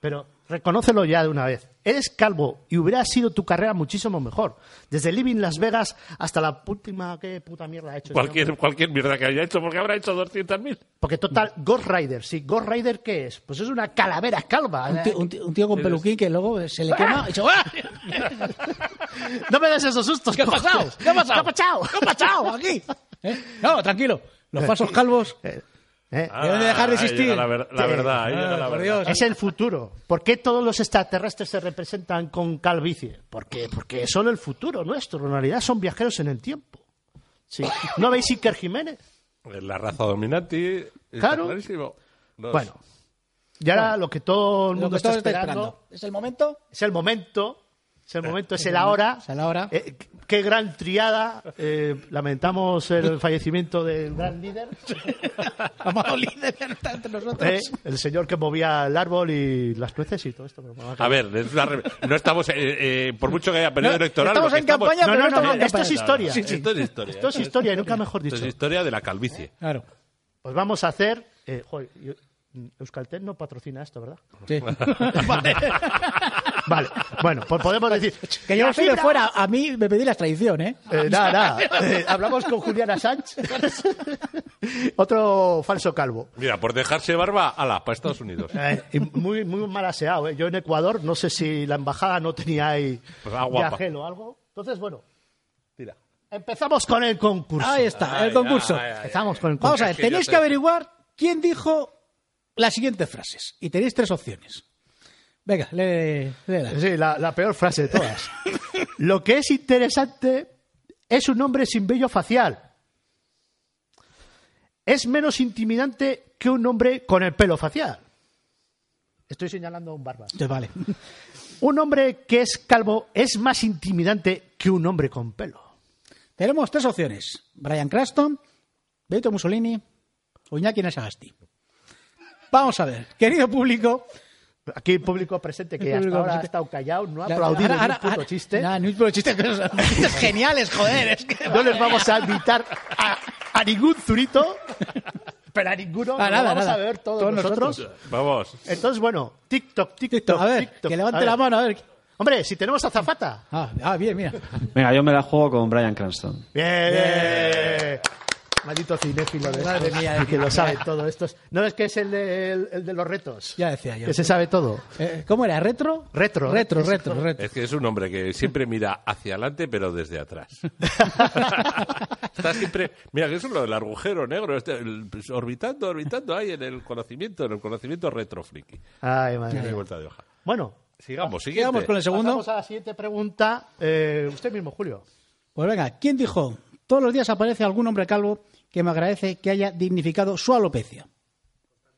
Pero reconócelo ya de una vez. Eres calvo y hubiera sido tu carrera muchísimo mejor. Desde Living Las Vegas hasta la última... ¿Qué puta mierda ha hecho? este cualquier, cualquier mierda que haya hecho, porque habrá hecho 200.000. Porque total, Ghost Rider. ¿Sí? ¿Ghost Rider qué es? Pues es una calavera calva. ¿eh? Un tío, un tío- un tío con peluquín que luego se le quema y dice, ¡ah! No me des esos sustos. ¿Qué ha cojones. pasado? ¿Qué ha pasado? ¿Qué ha pasado? ¿Qué ha pasado aquí? ¿Eh? No, tranquilo. Los falsos calvos Eh, eh, deben de dejar de Ah, ahí existir. llega La, ver- la Sí. verdad, ahí llega Ah, la por verdad. Dios. Es el futuro. ¿Por qué todos los extraterrestres se representan con calvicie? ¿Por qué? Porque son el futuro nuestro. En realidad son viajeros en el tiempo. Sí. ¿No veis Iker Jiménez? Eh, La raza dominante está Claro. clarísimo. Los- Bueno. Y ahora lo que todo el lo mundo que está todos esperando, estáis esperando. ¿Es el momento? es el momento Es el momento, es el ahora. Es el ahora. Eh, qué gran triada. Eh, lamentamos el fallecimiento del gran líder. Amado líder, ya no está entre nosotros. Eh, el señor que movía el árbol y las nueces y todo esto. pero vamos A ver, es una re- no estamos, eh, eh, por mucho que haya periodo No, electoral. estamos lo que en campaña, No, no, pero no, no, estamos en esto es campaña. historia. Sí, sí, esto es historia. Esto es historia, y nunca mejor Esto es dicho. historia de la calvicie. Claro. Pues vamos a hacer. Eh, joder, yo- Euskaltel no patrocina esto, ¿verdad? Sí. Vale, bueno, pues podemos decir. Que yo la soy de fibra- fuera. A mí me pedí la extradición, ¿eh? Eh, nada, nada. Eh, hablamos con Juliana Sánchez. Otro falso calvo. Mira, por dejarse barba, ala, para Estados Unidos. Eh, y muy, muy mal aseado. ¿eh? Yo en Ecuador no sé si la embajada no tenía ahí Pues agua, pa. viajel o algo. Entonces, bueno, Tira. empezamos con el concurso. Ahí está, Ay, el concurso. ay, ay, Empezamos con el Vamos concurso. a ver, Es que yo tenéis sé. que averiguar quién dijo las siguientes frases. Y tenéis tres opciones. Venga, le, léela. Sí, la, la peor frase de todas. Lo que es interesante es un hombre sin vello facial. Es menos intimidante que un hombre con el pelo facial. Estoy señalando a un barba. Entonces, vale. Un hombre que es calvo es más intimidante que un hombre con pelo. Tenemos tres opciones. Brian Cranston, Benito Mussolini o Iñaki Nasagasti. Vamos a ver, querido público. Aquí el público presente que El hasta público ahora ha presente. estado callado, no ha la- aplaudido ni ahora- un ahora- puto ahora- chiste. Nada, ni un puto chiste. Chistes geniales, joder. es que- No les vamos a invitar a, a ningún zurito, pero a ninguno. Ah, nos nada, vamos nada. a ver todos, Todos nosotros. Vamos. Entonces, bueno, TikTok, TikTok, A ver, TikTok. que A levante ver. la mano, a ver. Hombre, si tenemos a Zapata. Ah, ah, bien, mira. Venga, yo me la juego con Brian Cranston. Bien. Maldito cinéfilo de Madre estos, mía, de y que mía. lo sabe todo. Estos. No es que es el de, el- el de los retos. Ya decía yo. Que se sabe todo. Eh, ¿Cómo era? ¿Retro? Retro. Retro, retro, retro. Es que es un hombre que siempre mira hacia adelante, pero desde atrás. Está siempre. Mira, que eso es lo del agujero negro, este, el- pues, orbitando, orbitando ahí en el conocimiento, en el conocimiento retrofriki. Ay, madre. De mía. vuelta de hoja. Bueno, Sigamos, siguiente. Sigamos con el segundo. pasamos a la siguiente pregunta. Eh, usted mismo, Julio. Pues venga, ¿quién dijo? Todos los días aparece algún hombre calvo que me agradece que haya dignificado su alopecia.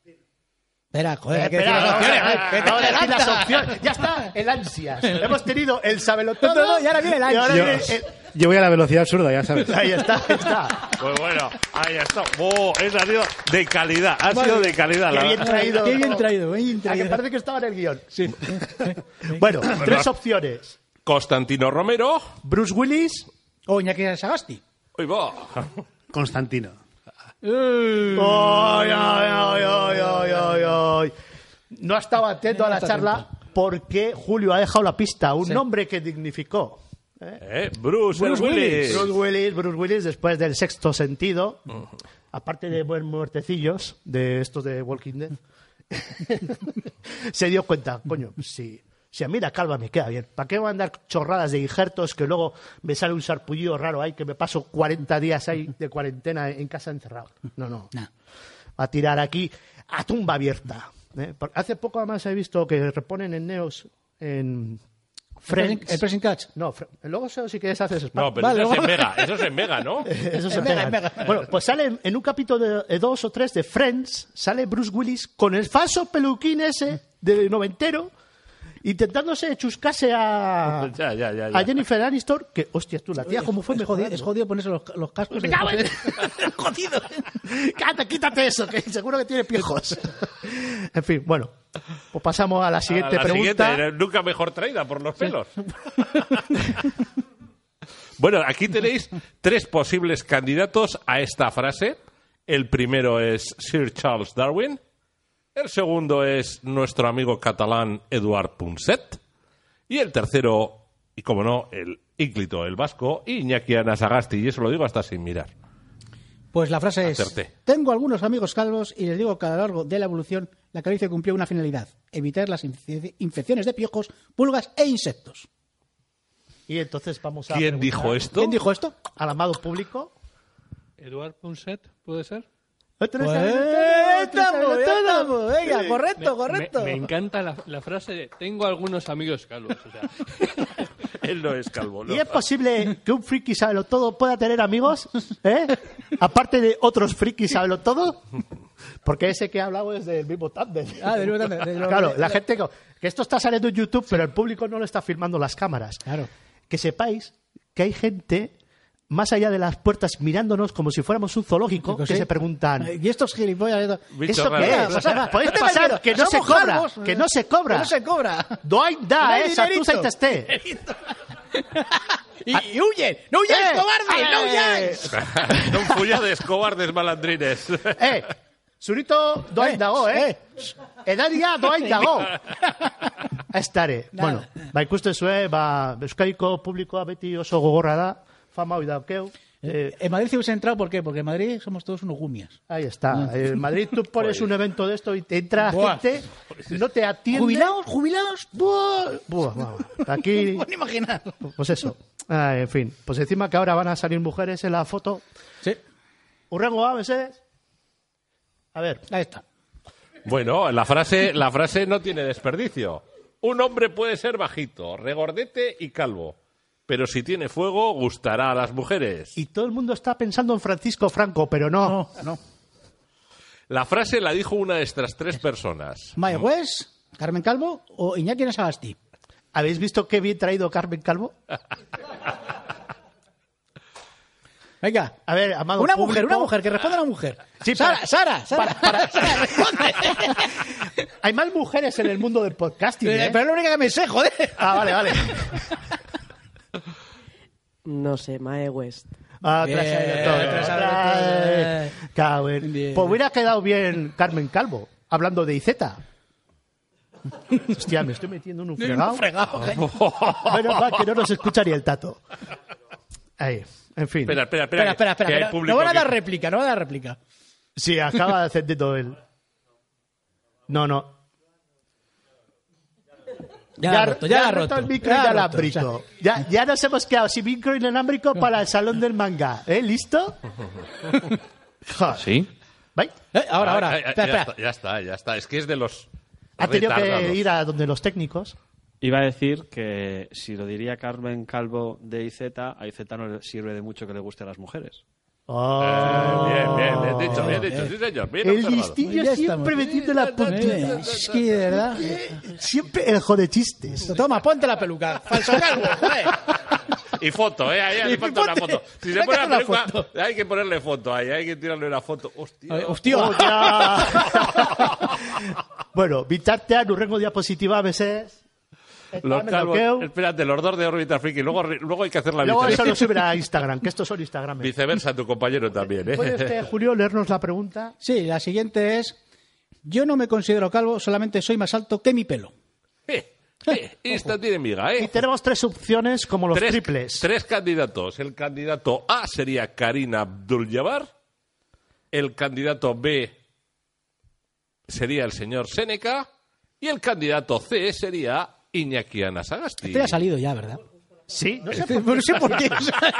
Espera, Eh, joder, hay que decir las opciones, eh, ahora, que te ahora sí adelantas. las opciones. Ya está, el ansias. Hemos tenido el sabelotodo Todo, y ahora viene el y ahora ansias. viene el- Yo voy a la velocidad absurda, ya sabes. Ahí está, ahí está. Pues bueno, ahí está. Oh, esa ha sido de calidad, ha sido de calidad. Qué la bien verdad. traído. Qué bien traído, bien A que traído. parece que estaba en el guión. Bueno, tres opciones. Constantino Romero. Bruce Willis. O Oh, Iñaki Sagasti. Uy, va. Constantino. Eh. Ay, ay, ay, ay, ay, ay, ay. No ha estado atento a la charla porque Julio ha dejado la pista. Un hombre que dignificó. Eh, Bruce, Bruce Willis. Bruce Willis, Bruce Willis, después del sexto sentido, aparte de buen muertecillos, de estos de Walking Dead, se dio cuenta, coño, si, si a mí la calva me queda bien, ¿para qué voy a andar chorradas de injertos que luego me sale un sarpullido raro ahí que me paso 40 días ahí de cuarentena en casa encerrado? No, no. A tirar aquí a tumba abierta. ¿eh? Por- Hace poco además he visto que reponen en Neos en... El Friends. pressing catch. No, Fre- luego eso si quieres haces spam. No, pero Vale, eso es en vamos. Mega, eso es en Mega, ¿no? Eso se Es pegan. mega, es mega. Bueno, pues sale en- en un capítulo de 2 o 3 de Friends, sale Bruce Willis con el falso peluquín ese de noventero, intentándose chuscarse a, Ya, ya, ya, ya. a Jennifer Aniston, que, hostia, tú, la tía, ¿cómo fue? ¿eh? Es jodido, es jodido ponerse los, los cascos. ¡Me cago en- ¡Jodido! Cállate, quítate eso, que seguro que tiene pijos. en fin, bueno, pues pasamos a la siguiente A la pregunta. siguiente, era nunca mejor traída por los pelos. bueno, aquí tenéis tres posibles candidatos a esta frase. El primero es Sir Charles Darwin. El segundo es nuestro amigo catalán Eduard Punset. Y el tercero, y como no, el ínclito, el vasco, Iñaki Anasagasti. Y eso lo digo hasta sin mirar. Pues la frase es: Acerté. Tengo algunos amigos calvos y les digo que a lo largo de la evolución la calvicie cumplió una finalidad: evitar las infe- infecciones de piojos, pulgas e insectos. Y entonces vamos a. ¿Quién preguntar dijo esto? ¿Quién dijo esto? Al amado público. Eduard Punset, ¿puede ser? Pues, ahí estamos, ahí estamos. Venga, correcto, Me- correcto. Me, me encanta la, la frase de tengo algunos amigos calvos. O sea, Él no es calvo, ¿no? ¿Y es posible que un friki sábelo todo pueda tener amigos? ¿Eh? Aparte de otros frikis sábelo todo. Porque ese que he hablado es del mismo tándem. Ah, del mismo tándem, del mismo- claro, la gente... co- Que esto está saliendo en YouTube, pero el público no lo está filmando las cámaras. Claro. Que sepáis que hay gente más allá de las puertas mirándonos como si fuéramos un zoológico que sí. se preguntan... Y estos gilipollas. esto- Bicho ¿Esto raro. qué es? O sea, Podéis ¿qué te pasar, parece? que no se Somos cobra, calvos. que no se cobra. Que no se cobra. Doain No da, eh, hay esa tú dinerito. este. Y, y huye, no huyáis, Eh, cobarde, no eh. huyáis. Son fullades, cobardes, malandrines. Eh, Zurito doain dago, eh? Edaria doain dago. Estare. oh. Bueno, ba, ikusten zue, ba, Euskadiko publikoa beti oso gogorra da, fama hoi daukeu. Eh, En Madrid se hubiese entrado, ¿por qué? Porque en Madrid somos todos unos gumias. Ahí está. Eh, En Madrid tú pones un evento de esto y te entra Mm. Buah. gente, no te atiende. Jubilados, jubilados. Buah, buah, buah. Aquí, No imaginar. pues eso. Ah, en fin, pues encima que ahora van a salir mujeres en la foto. Sí. Urrengo, a veces. A ver. Ahí está. Bueno, la frase, la frase no tiene desperdicio. Un hombre puede ser bajito, regordete y calvo, pero si tiene fuego gustará a las mujeres. Y todo el mundo está pensando en Francisco Franco, pero no. No. La frase la dijo una de estas tres personas. Mae West, Carmen Calvo o Iñaki Nasagasti. ¿Habéis visto qué bien traído Carmen Calvo? Venga. A ver, amado. Una público, mujer, una mujer, que responda una mujer. Sí, Sara, para- Sara, Sara, Sara, responde. Hay más mujeres en el mundo del podcasting. ¿eh? Eh, Pero es la única que me sé, joder. Ah, vale, vale. No sé, Mae West. Ah, Bien, tras el doctor, tras el tras el- doctor. Cao, eh. Bien. Pues hubiera quedado bien Carmen Calvo, hablando de IZ. Hostia, me estoy metiendo en un fregado. Menos mal que no nos escucha ni el tato. Ahí, en fin. Espera, espera, espera. Espera, que- espera, que hay espera. que No público no van a que- dar réplica, no van a dar réplica. Sí, acaba encendiendo el. No, no. Ya, la ha roto, ya la ha ha roto roto. el micro Ya y la ya ha la roto, abrigo. o Ya, ya nos hemos quedado sin micro inalámbrico para el salón del manga. ¿Eh? ¿Listo? ¿Sí? ¿Vai? Eh, ahora, ahora. Ah, ya, Espera, espera. Está, ya está, ya está. Es que es de los. Ha tenido que retardados. ir a donde los técnicos. Iba a decir que si lo diría Carmen Calvo de IZ, a IZ no le sirve de mucho que le guste a las mujeres. Oh. Eh, Bien, bien, bien dicho, bien dicho, sí, señor. Bien el observado. listillo Ya siempre estamos. metiendo la Eh, puntita. Es que de verdad. Siempre el jode chistes. Toma, ponte la peluca. Falso calvo, joder. Y foto, ¿eh? Ahí Y le falta una ponte- foto. Si se saca pone la una peluca, foto. hay que ponerle foto ahí, hay que tirarle una foto. Hostia. Eh, Hostia. bueno, bitartean, urrengo diapositiva a veces. Los Dame calvos- toqueo. espérate, los dos de órbita friki. Luego, re- luego hay que hacer la Luego eso lo viceversa. sube a Instagram, que estos son Instagram. Viceversa, tu compañero también, ¿Puede usted, ¿eh? Julio, leernos la pregunta? Sí, la siguiente es. Yo no me considero calvo, solamente soy más alto que mi pelo. Eh, eh, Esta tiene miga, Y ¿eh? tenemos tres opciones como los triples. tres candidatos. El candidato A sería Karina Abdul-Jabbar. El candidato B sería el señor Seneca. Y el candidato C sería Iñaki Anasagasti. Este ya ha salido ya, ¿verdad? Este, Sí, no sé por No sé por qué. o sea,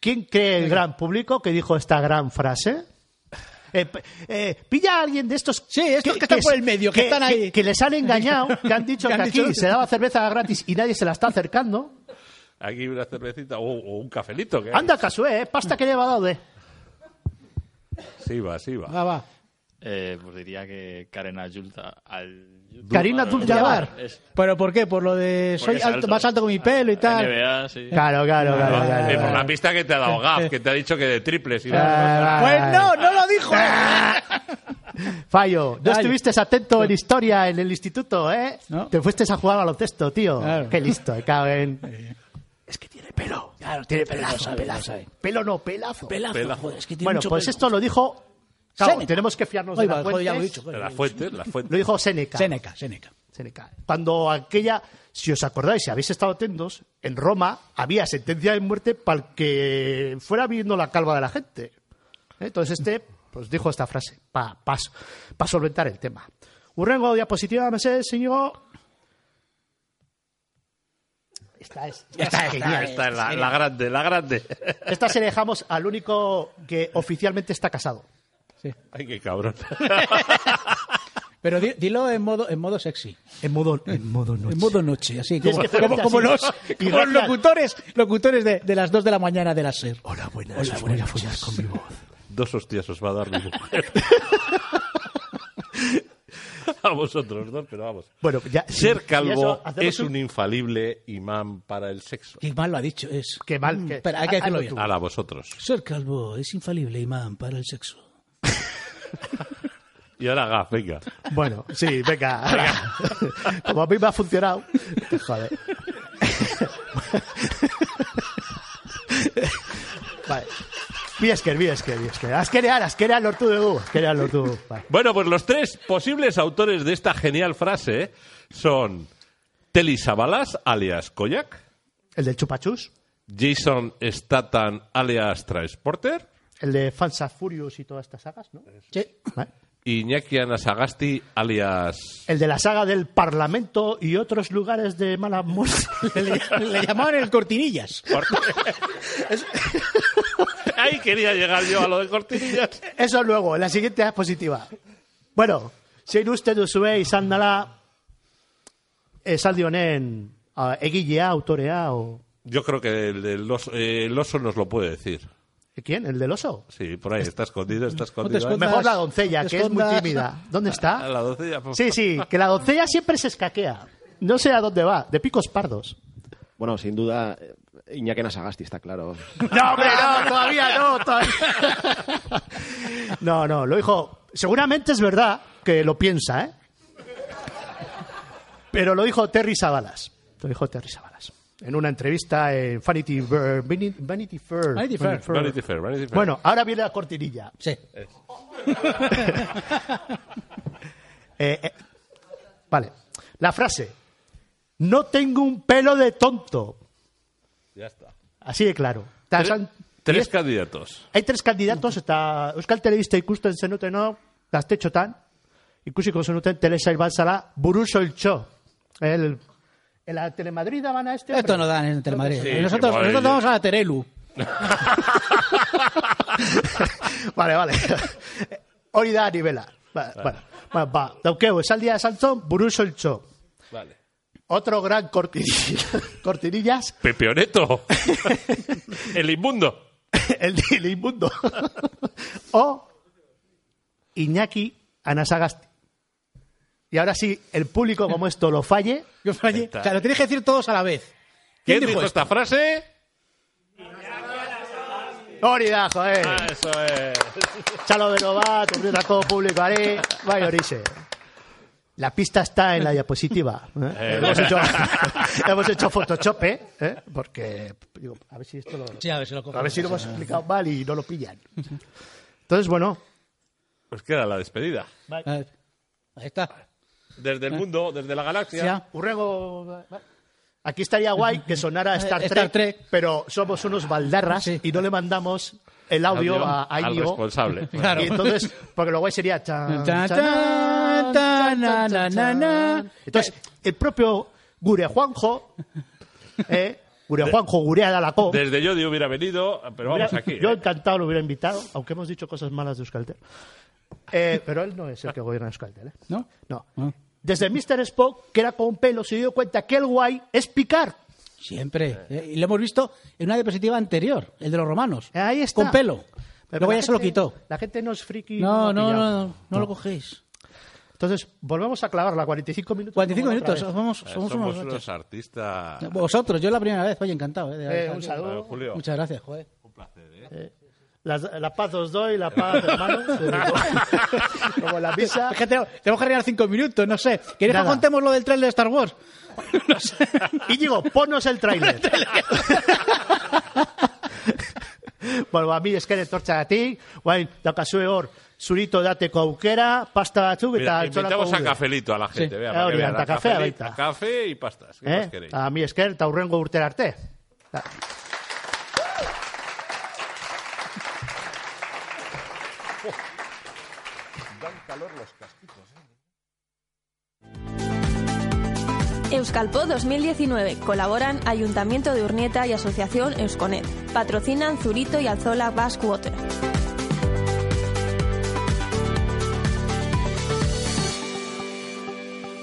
¿Quién cree el gran público que dijo esta gran frase? Eh, p- eh, pilla a alguien de estos Sí, estos que están por el medio, que están ahí. que, que les han engañado, que han dicho Que que, han aquí dicho- se daba cerveza gratis y nadie se la está acercando. Aquí una cervecita o, o un cafelito. que hay. Anda, Casue, eh, pasta que lleva dado, eh. Sí va, sí va. Va, va. Eh, pues diría que Karen Ayulta. Al... Karina Abdul-Jabbar. Es- Pero ¿por qué? Por lo de Porque soy es alto- alto. más alto que mi pelo y tal. NBA, sí. Claro, claro, claro. Ah, claro, eh, por claro. la pista que te ha dado Gaf, que te ha dicho que de triples iba. Ah, Pues vale. Ah, no, no lo dijo. Fallo, no Fallo. estuviste atento en historia en el instituto, ¿eh? No. Te fuiste a jugar baloncesto, tío. Claro. Qué listo, me cago en- Es que tiene pelo. Claro, tiene pelazo, pelazo. Pelo no, pelazo. Pelazo. bueno, pues esto lo dijo... Claro, Seneca. tenemos que fiarnos Oye, de la joder, ya lo he fuente. dicho. joder, ya La lo he fuente, la lo, fuente. dijo Seneca. dicho. Seneca, Seneca. Seneca. Cuando aquella... Si os acordáis, si habéis estado atentos, en Roma había sentencia de muerte para el que fuera viendo la calva de la gente. ¿Eh? Entonces este pues dijo esta frase para solventar el tema. Urrengo, diapositiva, me sé, señor. Esta es, esta es genial. Esta es la, la grande, la grande. Esta se la dejamos al único que oficialmente está casado. Ay, qué cabrón. Pero di- dilo en modo, en modo sexy. En modo, en modo noche. En modo noche, así. Tienes que Como, hacer como- como así. los, Y como los rapear. locutores, locutores de, de las 2 de la mañana de la SER. Hola, buenas. Hola, buenas noches. Dos hostias os va a dar mi mujer. a vosotros dos, pero vamos. Bueno, ya- Ser sí, calvo y eso, hacemos es un... un- infalible imán para el sexo. Qué mal lo ha dicho. Es... Mm, Qué mal. Espera, hay que decirlo bien. Ala, vosotros. Ser calvo es infalible imán para el sexo. Y ahora Gaf, venga. Bueno, sí, venga. ahora. Como a mí me ha funcionado. Joder. vale. Bi esker, bi esker, bi esker. Askerean, askerean lortu dugu. Askerean lortu dugu. Bai. Bueno, pues los tres posibles autores de esta genial frase son Telly Savalas, alias Koyak, El del chupachus, Jason Statham, alias Transporter, el de Fans and Furious y todas estas sagas, ¿no? Sí. y Iñaki Anasagasti, alias... El de la saga del Parlamento y otros lugares de mala muerte. le, llamaban el Cortinillas. Ahí quería llegar yo a lo de cortinillas. Eso luego, la siguiente es positiva. Bueno, zein uste duzue izan dela esaldi honen ah, egilea, autorea o... Yo creo que el, del oso, eh, el oso nos lo puede decir. ¿Quién? ¿El del oso? Sí, por ahí, está escondido, está No te escondido. escondas, Mejor la doncella, no te que es muy escondas. tímida. ¿Dónde está? La doncella, por Sí, sí, que la doncella siempre se escaquea. No sé a dónde va, de picos pardos. Bueno, sin duda, eh, Iñaki Nasagasti está claro. No, hombre, no, todavía no, todavía. No, no, lo dijo. Seguramente es verdad que lo piensa, ¿eh? Pero lo dijo Terry Savalas. Lo dijo Terry Savalas. En una entrevista en Vanity Fair. Vanity, Vanity Fair. Vanity Fair. Vanity Fair, Vanity Fair. Bueno, ahora viene la cortinilla. Sí. Eh, eh, vale. La frase. No tengo un pelo de tonto. Ya está. Así de claro. Ta- san- Tres candidatos. Hay tres candidatos eta Euskal Telebista ikusten zenuteno gaztetxotan ikusiko zenuten telesail bat zala buru soiltxo. El, en la Telemadrid daban a este hombre. Esto no ¿eh? dan en Telemadrid. Sí, nosotros, que madre nosotros mía. vamos a la Terelu. vale, vale. Hori da nivela. Ba, ba, ba, ba, daukeu, esaldia esaltzon, buru soiltxo. Vale. Otro gran cortinilla, cortinillas, Pepeoneto. el inmundo. el, del inmundo. o Iñaki Anasagasti. Y ahora sí, el público como esto lo falle. Yo falle. O sea, lo tenéis que decir todos a la vez. ¿Quién dijo esta frase? Hori da, joder. Ah, eso es. Chalo de Nova, turrietako publikoari, bai horixe. La pista está en la diapositiva. ¿eh? Eh, hemos, bueno. hecho, hemos hecho Photoshop, ¿eh? ¿Eh? Porque, digo, a ver si esto lo... Sí, a ver si lo cojo. A ver si lo hemos explicado mal y no lo pillan. Entonces, bueno, Pues queda la despedida. Ahí está. Desde Eh. el mundo, desde la galaxia. Urrego. Aquí estaría guay que sonara Eh, Star Trek, Star pero somos unos baldarras y no le mandamos el audio, Audio a, a al Íñigo. responsable. Claro. Y entonces, porque lo guay sería... chan, Tan, chan, tan, tan, na, na, na, na. Entonces, el propio Gure Juanjo, eh, Gure Juanjo, Gurea Dalacó, Desde Yodi hubiera venido, pero vamos hubiera- aquí. ¿eh? yo encantado lo hubiera invitado, aunque hemos dicho cosas malas de Euskaltel. Eh, pero él no es el que gobierna Euskaltel. ¿eh? ¿No? No. Ah. Desde Mr. Spock, que era con pelo, se dio cuenta que el guay es picar. Siempre. Eh, Y lo hemos visto en una diapositiva anterior, el de los romanos. Ahí está. Con pelo. Pero Luego la ya se lo gente- quitó. La gente no es friki. No, lo ha no, no, pillado. no, no lo cogéis. Entonces, volvemos a clavarla, 45 minutos. 45 como la otra minutos, vez. Eh, vamos, somos, Somos unos unos gachos. artistas. Vosotros, yo la primera vez, oye, encantado. eh, de- Eh, un saludo. Julio. Muchas gracias, joder. Las- La, paz os doy, la paz, hermanos. Te digo. Como la misa. Ah, Es que tengo- tenemos que arreglar cinco minutos, no sé. ¿Quieres que Nada. contemos lo del trailer de Star Wars? No sé. Íñigo, ponnos el tráiler. bueno, a mí esker etortzagatik, guain, daukazue hor, zurito dateko aukera, pasta batzuk Mira, eta invitamos altxolako a gude. cafelito a la gente. Sí. Vea, Ah, para que hori da, vean, eta a kafea cafelito, baita. Café y pastas. ¿Qué más Eh? queréis? A mi esker eta hurrengo urtera arte. Euskalpo 2019. Colaboran Ayuntamiento de Urnieta y Asociación Euskonet. Patrocinan Zurito y Alzola Baskwater.